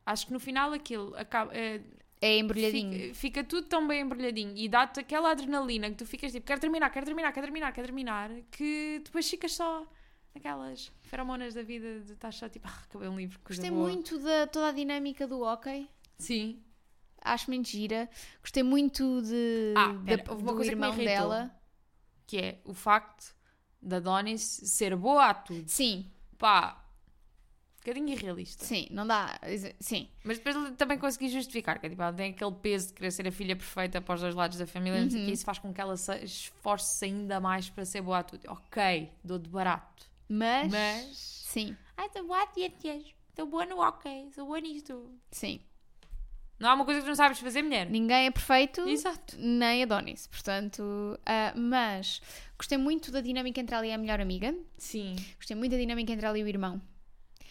B: Acho que no final aquilo acaba, eh,
A: É
B: fica,
A: embrulhadinho.
B: fica tudo tão bem embrulhadinho e dá-te aquela adrenalina que tu ficas tipo, quero terminar, quero terminar, quero terminar, quero terminar, que depois ficas só naquelas feromonas da vida de estás só tipo, ah, acabei um livro, coisa
A: Gostei
B: boa.
A: muito da toda a dinâmica do hockey.
B: Sim.
A: Acho muito gira. Gostei muito de,
B: Ah,
A: da-
B: pera, houve uma
A: do
B: coisa que me
A: irmão
B: irritou.
A: dela.
B: que é o facto da Donis ser boa a tudo.
A: Sim,
B: Pá, um bocadinho irrealista.
A: sim, não dá. Sim,
B: Mas depois ele também consegui justificar, que é, tipo, ela tem aquele peso de querer ser a filha perfeita para os dois lados da família, não sei
A: Uhum.
B: o quê, isso faz com que ela se esforce ainda mais para ser boa a tudo. Ok, dou de barato.
A: mas.
B: Mas.
A: Sim,
B: Ai, estou boa a tietas. Estou boa no ok, sou boa nisto.
A: sim.
B: Não há uma coisa que não sabes fazer, mulher.
A: Ninguém é perfeito.
B: Exato.
A: Nem Adonis, portanto, ah, mas gostei muito da dinâmica entre ela e a melhor amiga,
B: Sim.
A: Gostei muito da dinâmica entre ela e o irmão.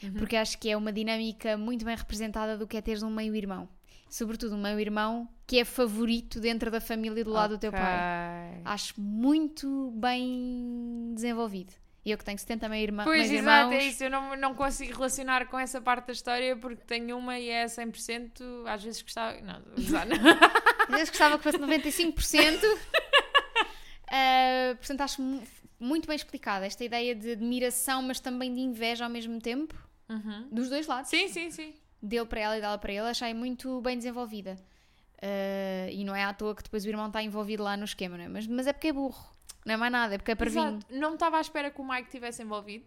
B: Uhum.
A: Porque acho que é uma dinâmica muito bem representada do que é teres um meio-irmão. Sobretudo um meio-irmão que é favorito dentro da família e do lado do teu pai. Ah,
B: pai.
A: Acho muito bem desenvolvido. E Eu que tenho 70 meio-irmã-
B: Pois,
A: meio-irmãos.
B: exato, é isso. Eu não, não consigo relacionar com essa parte da história porque tenho uma e é 100%. Às vezes gostava. Não, (laughs) exato.
A: Às vezes gostava que fosse
B: (laughs)
A: 95%. Ah, portanto, acho mu- muito bem explicada esta ideia de admiração, mas também de inveja ao mesmo tempo,
B: Uhum.
A: dos dois lados.
B: Sim, sim, sim.
A: dele para ela e dela para ele, achei muito bem desenvolvida. Ah, e não é à toa que depois o irmão está envolvido lá no esquema, não é? Mas, mas é porque é burro, não é mais nada, é porque é parvinho.
B: Exato. Não estava à espera que o Mike estivesse envolvido.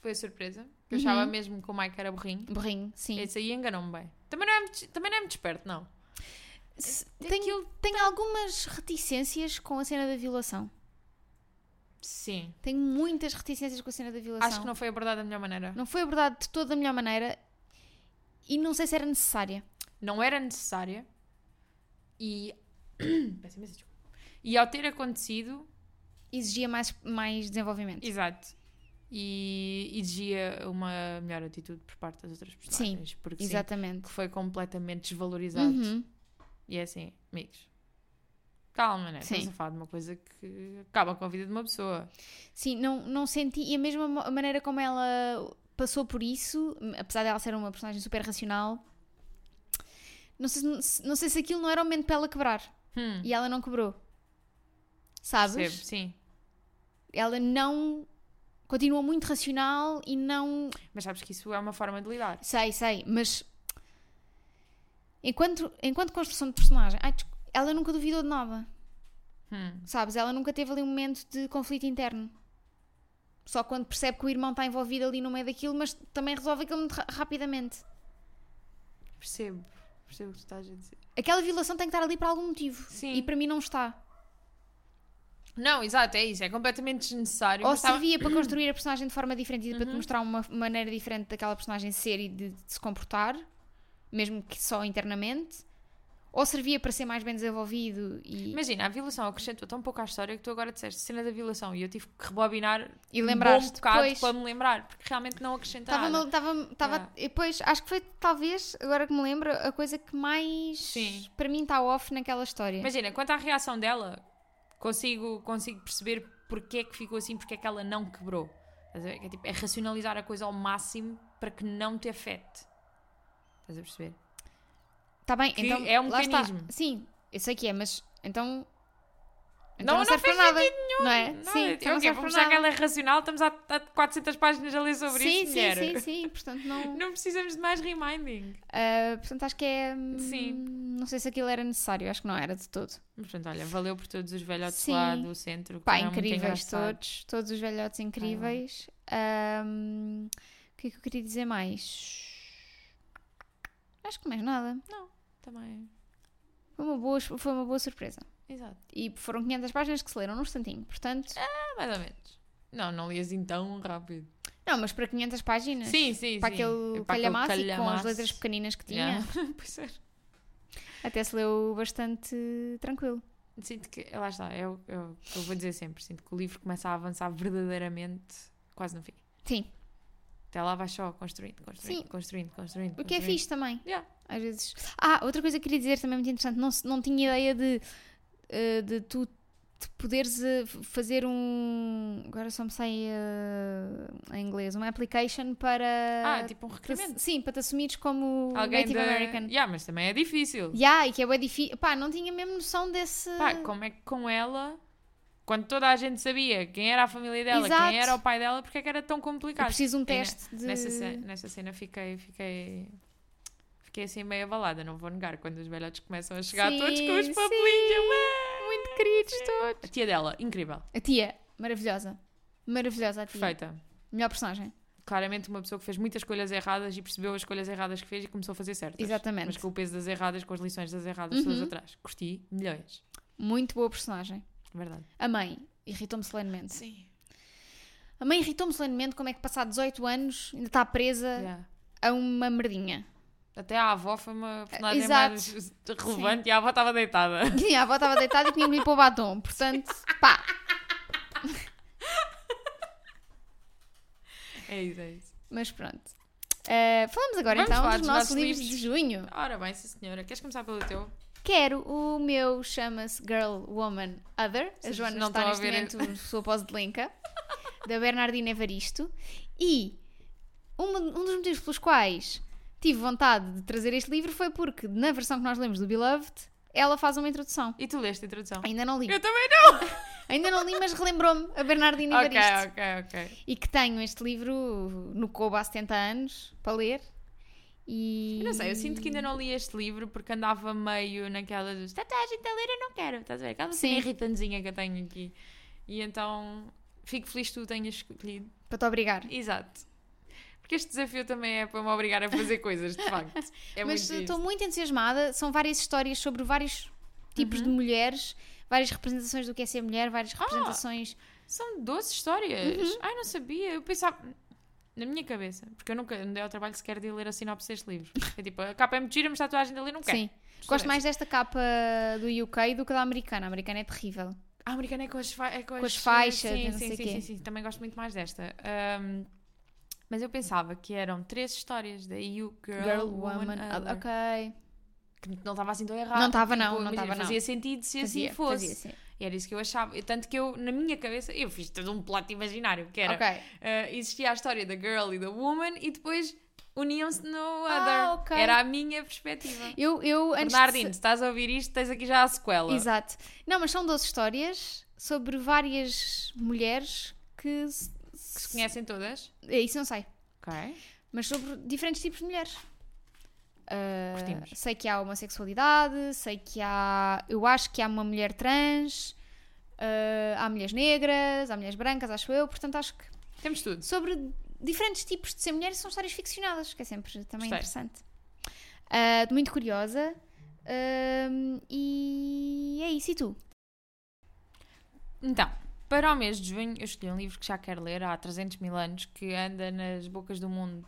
B: Foi a surpresa. Eu achava mesmo que o Mike era burrinho.
A: Borrinho, Uhum. sim.
B: Esse aí enganou-me bem. Também não é muito, também não é muito esperto, não.
A: Se-
B: é
A: Tenho, tenho algumas reticências com a cena da violação.
B: Sim.
A: Tenho muitas reticências com a cena da violação.
B: Acho que não foi abordado da melhor maneira.
A: Não foi abordado de toda a melhor maneira e não sei se era necessária.
B: Não era necessária. E. (clears throat) Peço imensa desculpa. E ao ter acontecido.
A: Exigia mais, mais desenvolvimento.
B: Exato. E e exigia uma melhor atitude por parte das outras personagens. Sim, porque sim,
A: Exatamente.
B: que foi completamente desvalorizado.
A: Uhum.
B: E é assim, amigos. Calma, né?
A: Sim.
B: Estamos a falar de uma coisa que acaba com a vida de uma pessoa.
A: Sim, não, não senti. E a mesma mo- maneira como ela passou por isso, apesar dela ser uma personagem super racional, não sei, se- não sei se aquilo não era o momento para ela quebrar.
B: Hum,
A: E ela não quebrou. Sabes?
B: percebo, sim.
A: Ela não. Continua muito racional e não
B: Mas sabes que isso é uma forma de lidar.
A: Sei, sei, mas enquanto, enquanto construção de personagem, ai, descu- ela nunca duvidou de nada,
B: Hum,
A: sabes? Ela nunca teve ali um momento de conflito interno. Só quando percebe que o irmão está envolvido ali no meio daquilo, mas também resolve aquilo muito ra- rapidamente.
B: percebo. Percebo o que tu estás a dizer.
A: Aquela violação tem que estar ali por algum motivo.
B: Sim.
A: E para mim não está.
B: Não, exato, é isso. É completamente desnecessário.
A: Ou
B: mas estava-
A: servia para construir a personagem de forma diferente e para
B: Uhum.
A: te mostrar uma maneira diferente daquela personagem ser e de, de se comportar, mesmo que só internamente. Ou servia para ser mais bem desenvolvido e,
B: Imagina, a violação acrescentou tão pouco à história que tu agora disseste cena da violação e eu tive que rebobinar
A: e
B: um
A: lembraste
B: bom bocado
A: depois.
B: para me lembrar, porque realmente não acrescentava.
A: Estava,
B: nada.
A: mal- estava, estava
B: Tá. Yeah.
A: e depois, acho que foi talvez, agora que me lembro, a coisa que mais
B: Sim.
A: para mim está off naquela história.
B: Imagina, quanto à reação dela, consigo, consigo perceber porque é que ficou assim, porque é que ela não quebrou. Estás a ver? Que É, tipo, é racionalizar a coisa ao máximo para que não te afete. Estás a perceber?
A: Está bem,
B: que
A: então
B: é um
A: lá está.
B: mecanismo.
A: Sim, eu sei que é, mas então.
B: Não,
A: Então não,
B: não
A: serve
B: fez
A: para nada.
B: sentido
A: Não é?
B: Não,
A: sim,
B: é,
A: então não
B: ok,
A: serve
B: vamos
A: para
B: já
A: nada.
B: que ela é racional, estamos há, há 400 páginas a ler sobre
A: sim,
B: isso,
A: sim,
B: mulher.
A: sim, sim, portanto não.
B: Não precisamos de mais reminding.
A: Ah, portanto acho que é. hum,
B: Sim.
A: Não sei se aquilo era necessário, acho que não era de todo.
B: Mas pronto, olha, valeu por todos os velhotes
A: Sim.
B: lá do centro. que
A: Pá,
B: eram muito
A: incríveis todos,
B: engraçados.
A: todos os velhotes incríveis. Ahm, o que é que eu queria dizer mais? Acho que mais nada.
B: Também,
A: Foi uma boa, foi uma boa surpresa.
B: exato.
A: E foram 500 páginas que se leram num instantinho, portanto...
B: Ah, mais ou menos. Não, não li assim tão rápido.
A: Não, mas para 500 páginas,
B: Sim, sim,
A: para
B: sim. É
A: aquele
B: Para aquele
A: calhamaço e com as
B: calhamaço. É.
A: letras pequeninas que tinha,
B: (laughs) Yeah. pois é.
A: até se leu bastante tranquilo.
B: Sinto que, lá está, é o é o que eu vou dizer sempre. Sinto que o livro começa a avançar verdadeiramente quase no fim.
A: Sim,
B: Até lá vais só construindo, construindo,
A: Sim.
B: construindo, construindo.
A: o que é
B: construindo.
A: fixe também.
B: Yeah.
A: Às vezes... Ah, outra coisa que queria dizer também muito interessante, não, se- não tinha ideia de, eh, de tu de poderes eh, fazer um... Agora só me sai eh, em inglês, uma application para...
B: Ah, tipo um
A: para-
B: requerimento.
A: sim, para te assumires como
B: Alguém
A: Native
B: da-
A: American.
B: Yeah, mas também é difícil.
A: Ya, e que é bué difícil. Pá, não tinha mesmo noção desse.
B: Pá, como é que com ela, quando toda a gente sabia quem era a família dela,
A: Exato.
B: quem era o pai dela, porque é que era tão
A: eu
B: complicado?
A: preciso um
B: E ne-
A: teste de.
B: Nessa, ce- nessa cena fiquei, fiquei, fiquei assim meio abalada, não vou negar. Quando os velhotes começam a chegar todos com os
A: Sim,
B: papelinhos,
A: sim.
B: eu, "Ah!"
A: Muito queridos todos.
B: A tia dela, incrível,
A: A tia, maravilhosa. Maravilhosa a tia.
B: perfeita.
A: Melhor personagem.
B: Claramente uma pessoa que fez muitas escolhas erradas e percebeu as escolhas erradas que fez e começou a fazer certas.
A: Exatamente. Uhum.
B: Mas com o peso das erradas, com as lições das erradas todas atrás. Curti milhões.
A: Muito boa personagem.
B: Verdade.
A: A mãe irritou-me solenemente.
B: Sim.
A: A mãe irritou-me solenemente como é que, passado 18 anos, ainda está presa a uma merdinha. (laughs)
B: Até a avó foi uma personagem
A: Exato.
B: mais relevante e a avó estava deitada.
A: E a avó estava deitada e tinha-me para o batom. Portanto, pá.
B: É isso, é isso.
A: Mas pronto. Eh, falamos agora
B: Vamos
A: então
B: falar
A: dos
B: dos
A: nossos
B: nossos
A: livros de
B: livros.
A: junho.
B: Ora bem, sim senhora. Queres começar pelo teu?
A: Quero, o meu chama-se Girl, Woman, Other. A
B: Vocês
A: Joana
B: não
A: está neste
B: estão a ver.
A: momento sua pose de lenca, da Bernardina Evaristo. E uma- um dos motivos pelos quais tive vontade de trazer este livro foi porque, na versão que nós lemos do Beloved, ela faz uma introdução.
B: E tu leste a introdução?
A: Ainda não li.
B: Eu também não!
A: Ainda não li, mas relembrou-me a Bernardina
B: ok,
A: Evaristo.
B: ok, ok.
A: E que tenho este livro no Cobo há 70 anos para ler. E...
B: Eu não sei, eu sinto que ainda não li este livro porque andava meio naquela dos está toda a gente a ler, eu não quero, estás a ver? Aquela
A: Sim.
B: cena irritantezinha que eu tenho aqui. E então fico feliz que tu tenhas escolhido.
A: Para te obrigar.
B: Exato. Porque este desafio também é para me obrigar a fazer coisas, de facto. É
A: Mas
B: muito
A: estou
B: isto.
A: muito entusiasmada. São várias histórias sobre vários tipos
B: Uhum.
A: de mulheres, várias representações do que é ser mulher, várias
B: Ah,
A: representações.
B: São 12 histórias.
A: Uhum.
B: Ai, não sabia. Eu pensava. Na minha cabeça, porque eu nunca me dei ao trabalho sequer de ler a sinopse deste livro. É tipo, a capa é mentira, mas está toda a gente ali, não quer.
A: Sim. Gosto mais desta capa do UK do que da americana. A americana é terrível.
B: A americana é com as, fa- é com
A: Com as
B: as-
A: faixas,
B: Sim,
A: não
B: sim,
A: sei
B: sim,
A: quê.
B: sim, sim. Também gosto muito mais desta. Ahm, mas eu pensava que eram três histórias da You Girl, Woman, Other.
A: Ok.
B: Que não estava assim tão errado.
A: Não estava, não, não
B: imagina,
A: estava, não.
B: Fazia sentido se
A: Fazia,
B: assim fosse.
A: fazia, sim.
B: E Era isso que eu achava. E Tanto que eu, na minha cabeça, eu fiz todo um plato imaginário, que era...
A: Ok.
B: ah, existia a história da girl e da woman e depois uniam-se no other.
A: Ah, ok.
B: Era a minha perspectiva.
A: Eu, eu antes de
B: Bernardino, se estás a ouvir isto, tens aqui já a sequela.
A: Exato. Não, mas são 12 histórias sobre várias mulheres que. se-
B: Se conhecem todas.
A: É, Isso não sei.
B: Ok.
A: Mas sobre diferentes tipos de mulheres. Ah,
B: Curtimos.
A: sei que há homossexualidade, sei que há. Eu acho que há uma mulher trans, ah, há mulheres negras, há mulheres brancas, acho eu. Portanto, acho que.
B: Temos tudo.
A: Sobre diferentes tipos de ser mulher são histórias ficcionadas, que é sempre também
B: Gostei.
A: interessante. Ah, muito curiosa. Ah, e é isso. E tu?
B: Então, para o mês de junho, eu escolhi um livro que já quero ler há 300 mil anos, que anda nas bocas do mundo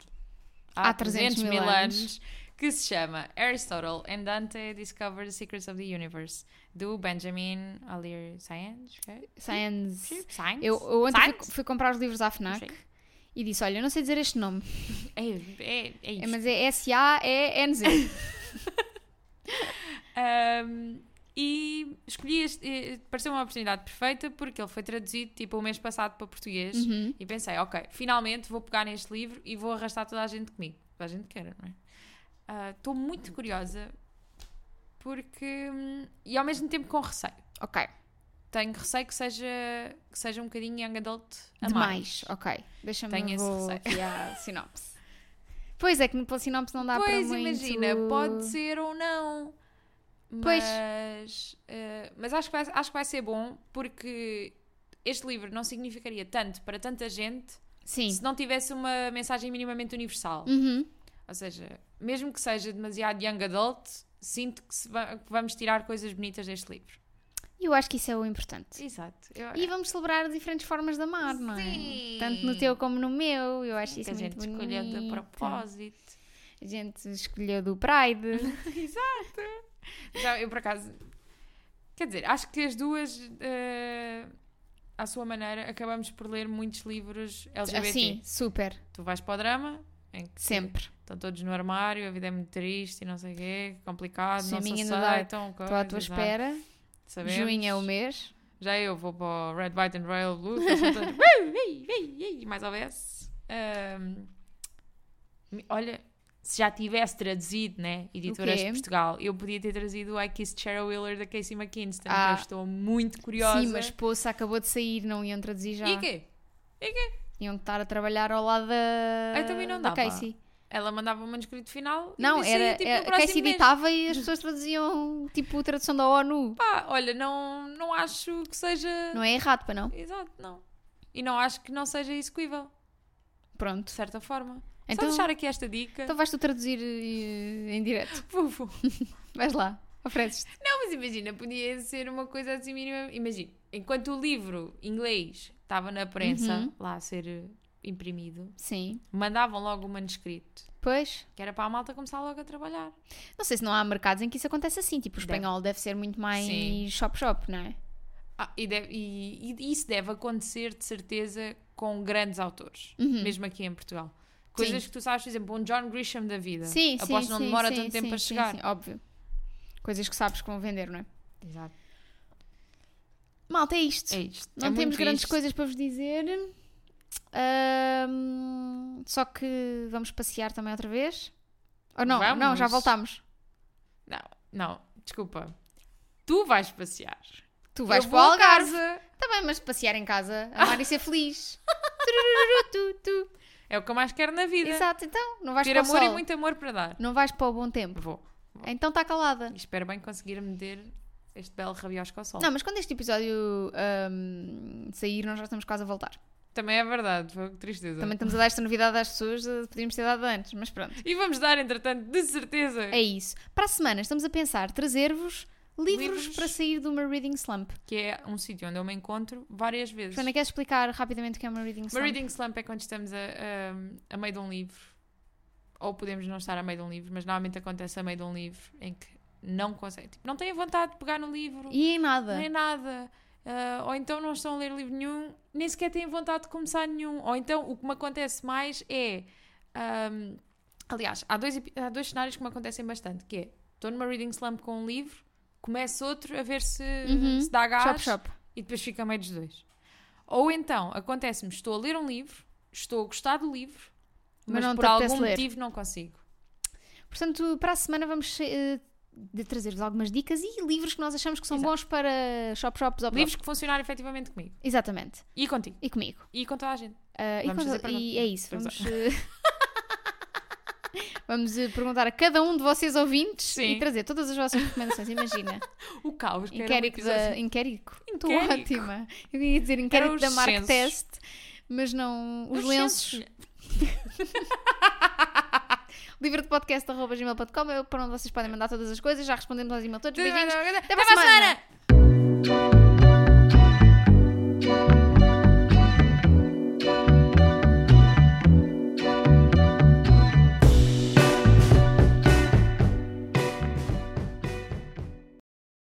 A: Há 300 mil anos.
B: que se chama Aristotle and Dante Discover the Secrets of the Universe, do Benjamin Alire Science. ok?
A: Science.
B: Sim, Science?
A: Eu, eu ontem fui,
B: Science?
A: fui comprar os livros à FNAC
B: Sim.
A: e disse: Olha, eu não sei dizer este nome,
B: É, é, é
A: é,
B: isto.
A: mas é
B: (laughs)
A: S-A-E-N-Z.
B: Ahm, e escolhi este, eh, pareceu uma oportunidade perfeita porque ele foi traduzido tipo o mês passado para português
A: Uhum.
B: e pensei, ok, finalmente vou pegar neste livro e vou arrastar toda a gente comigo, toda a gente queira, não é? Estou muito curiosa porque hum, e ao mesmo tempo com receio.
A: ok,
B: Tenho receio que seja que seja um bocadinho young adult a
A: demais. Ok, deixa-me
B: Tenho esse
A: vou
B: receio.
A: aqui à sinopse. Pois é, que pela sinopse não dá para
B: pois
A: muito.
B: imagina, pode ser ou não.
A: Pois.
B: Mas, eh, mas acho, que vai, acho que vai ser bom porque este livro não significaria tanto para tanta gente
A: Sim.
B: se não tivesse uma mensagem minimamente universal.
A: Uhum.
B: Ou seja, mesmo que seja demasiado young adult, sinto que, se va- que vamos tirar coisas bonitas deste livro.
A: Eu acho que isso é o importante.
B: Exato.
A: E vamos celebrar diferentes formas de amar, não é?
B: Sim.
A: Tanto no teu como no meu. Eu acho
B: que
A: isso
B: a
A: muito
B: gente escolheu de
A: bonito.
B: propósito.
A: A gente escolheu do Pride.
B: Já, eu por acaso. Quer dizer, acho que as duas, eh, à sua maneira, acabamos por ler muitos livros LGBT.
A: Assim, super.
B: Tu vais para o drama, em que
A: Sempre.
B: estão todos no armário, a vida é muito triste e não sei o quê, complicado, não se
A: Swimming in the dark.
B: aceitam.
A: Estou à tua
B: coisas,
A: espera.
B: ah, sabemos.
A: Junho é o mês.
B: Já eu vou para o Red, White and Royal Blue, que eles
A: (laughs)
B: são todos, "Ui, ui, ui, ui", mais ou menos. Ahm, me- olha, se já tivesse traduzido, né, editoras
A: O quê?
B: de Portugal, eu podia ter traduzido o I Kissed Cheryl Wheeler da Casey McKinston,
A: Ah.
B: que eu estou muito curiosa.
A: Sim, mas poça acabou de sair, não iam traduzir já.
B: E quê? E quê?
A: Iam estar a trabalhar ao lado da.
B: Ai, Ah, também não
A: da
B: dava.
A: Casey.
B: Ela mandava o manuscrito final e
A: Não,
B: depois saía,
A: era.
B: tipo,
A: era-
B: no
A: a
B: próximo
A: Casey
B: mês.
A: ditava e as pessoas traduziam tipo tradução da ONU.
B: Pá, olha, não, não acho que seja...
A: Não é errado, para não?
B: Exato, não. E não acho que não seja execuível, de
A: Pronto.
B: certa forma.
A: Então-
B: Só deixar aqui esta dica.
A: Então vais tu traduzir eh, em direto.
B: (laughs) Fofo.
A: Vais lá, ofereces-te.
B: Não, Ah, mas imagina, podia ser uma coisa assim mínima. Imagina, enquanto o livro inglês estava na prensa,
A: Uhum.
B: lá a ser eh, imprimido,
A: Sim.
B: mandavam logo o manuscrito,
A: Pois.
B: que era para a malta começar logo a trabalhar.
A: Não sei se não há mercados em que isso acontece assim. Tipo, o
B: Deve.
A: espanhol deve ser muito mais
B: Sim.
A: shop-shop, não é?
B: Ah, e, deve- e- e isso deve acontecer, de certeza, com grandes autores,
A: Uhum.
B: mesmo aqui em Portugal. Coisas que tu sabes, por exemplo, um John Grisham da vida.
A: Sim, sim.
B: Aposto que não
A: sim,
B: demora
A: sim,
B: tanto tempo
A: sim,
B: a
A: sim,
B: chegar.
A: sim, óbvio. Coisas que sabes que vão vender, não é?
B: Exato.
A: Malta, é isto.
B: É isto.
A: Não
B: É muito
A: temos grandes
B: isto.
A: coisas para vos dizer. Ahm, só que vamos passear também outra vez. Ou não,
B: Vamos.
A: não, já voltámos.
B: Não, não, desculpa. Tu vais passear.
A: Tu vais
B: Eu
A: para o
B: vou a
A: Algarve.
B: casa.
A: Tá bem, mas passear em
B: (laughs)
A: casa, amar e ser feliz. Turururu, tu, tu.
B: É o que eu mais quero na vida.
A: Exato, então. Não vais
B: Ter
A: para o
B: amor e
A: sol.
B: muito amor para dar.
A: Não vais para o bom tempo.
B: Vou.
A: Então está calada.
B: E espero bem conseguir meter este belo rabiosco ao sol.
A: Não, mas quando este episódio ahm, sair, nós já estamos quase a voltar.
B: Também é verdade, foi que tristeza.
A: Também estamos a dar esta novidade às pessoas, eh, podíamos ter dado antes, mas pronto.
B: E vamos dar, entretanto, de certeza.
A: É isso. Para a semana estamos a pensar trazer-vos livros,
B: Livros.
A: para sair de uma reading slump.
B: Que é um sítio onde eu me encontro várias vezes.
A: Joana, queres explicar rapidamente o que é uma reading
B: Uma
A: slump?
B: reading slump é quando estamos a, a- a meio de um livro, ou podemos não estar a meio de um livro, mas normalmente acontece a meio de um livro em que não consegue, tipo, não têm vontade de pegar no livro,
A: E em nada.
B: nem nada. Ah, ou então não estão a ler livro nenhum, nem sequer têm vontade de começar nenhum. Ou então o que me acontece mais é. ahm, aliás, há dois, epi- há dois cenários que me acontecem bastante: que é estou numa reading slump com um livro, começo outro a ver se,
A: Uhum.
B: se dá gás
A: Chop, chop.
B: e depois fica a meio dos dois. Ou então, acontece-me, estou a ler um livro, estou a gostar do livro,
A: Mas
B: mas,
A: não
B: por
A: te apetece
B: algum
A: ler.
B: motivo não consigo.
A: Portanto, para a semana vamos eh, de trazer-vos algumas dicas e livros que nós achamos que são
B: Exato.
A: bons para shop shops ou
B: Livros que funcionaram efetivamente comigo.
A: Exatamente.
B: E contigo.
A: E comigo.
B: E com toda a gente.
A: Ah, e
B: Vamos
A: quando-
B: fazer pergunta-
A: e é isso.
B: Vamos
A: Vamos, eh, (laughs) vamos eh, perguntar a cada um de vocês ouvintes
B: Sim.
A: e trazer todas as vossas recomendações. Imagina.
B: O caos, que era um
A: Inquérito
B: episódio.
A: da. Inquérito. Estou
B: Inquérico.
A: ótima. Eu ia dizer inquérito
B: os
A: da Mark
B: censos.
A: Test, mas não. Os,
B: Os
A: lenços.
B: censos.
A: Livro de podcast.gmail.com é para onde vocês podem mandar todas as coisas. Já respondemos aos e-mails todos. Beijinhos.
B: Até
A: para a semana.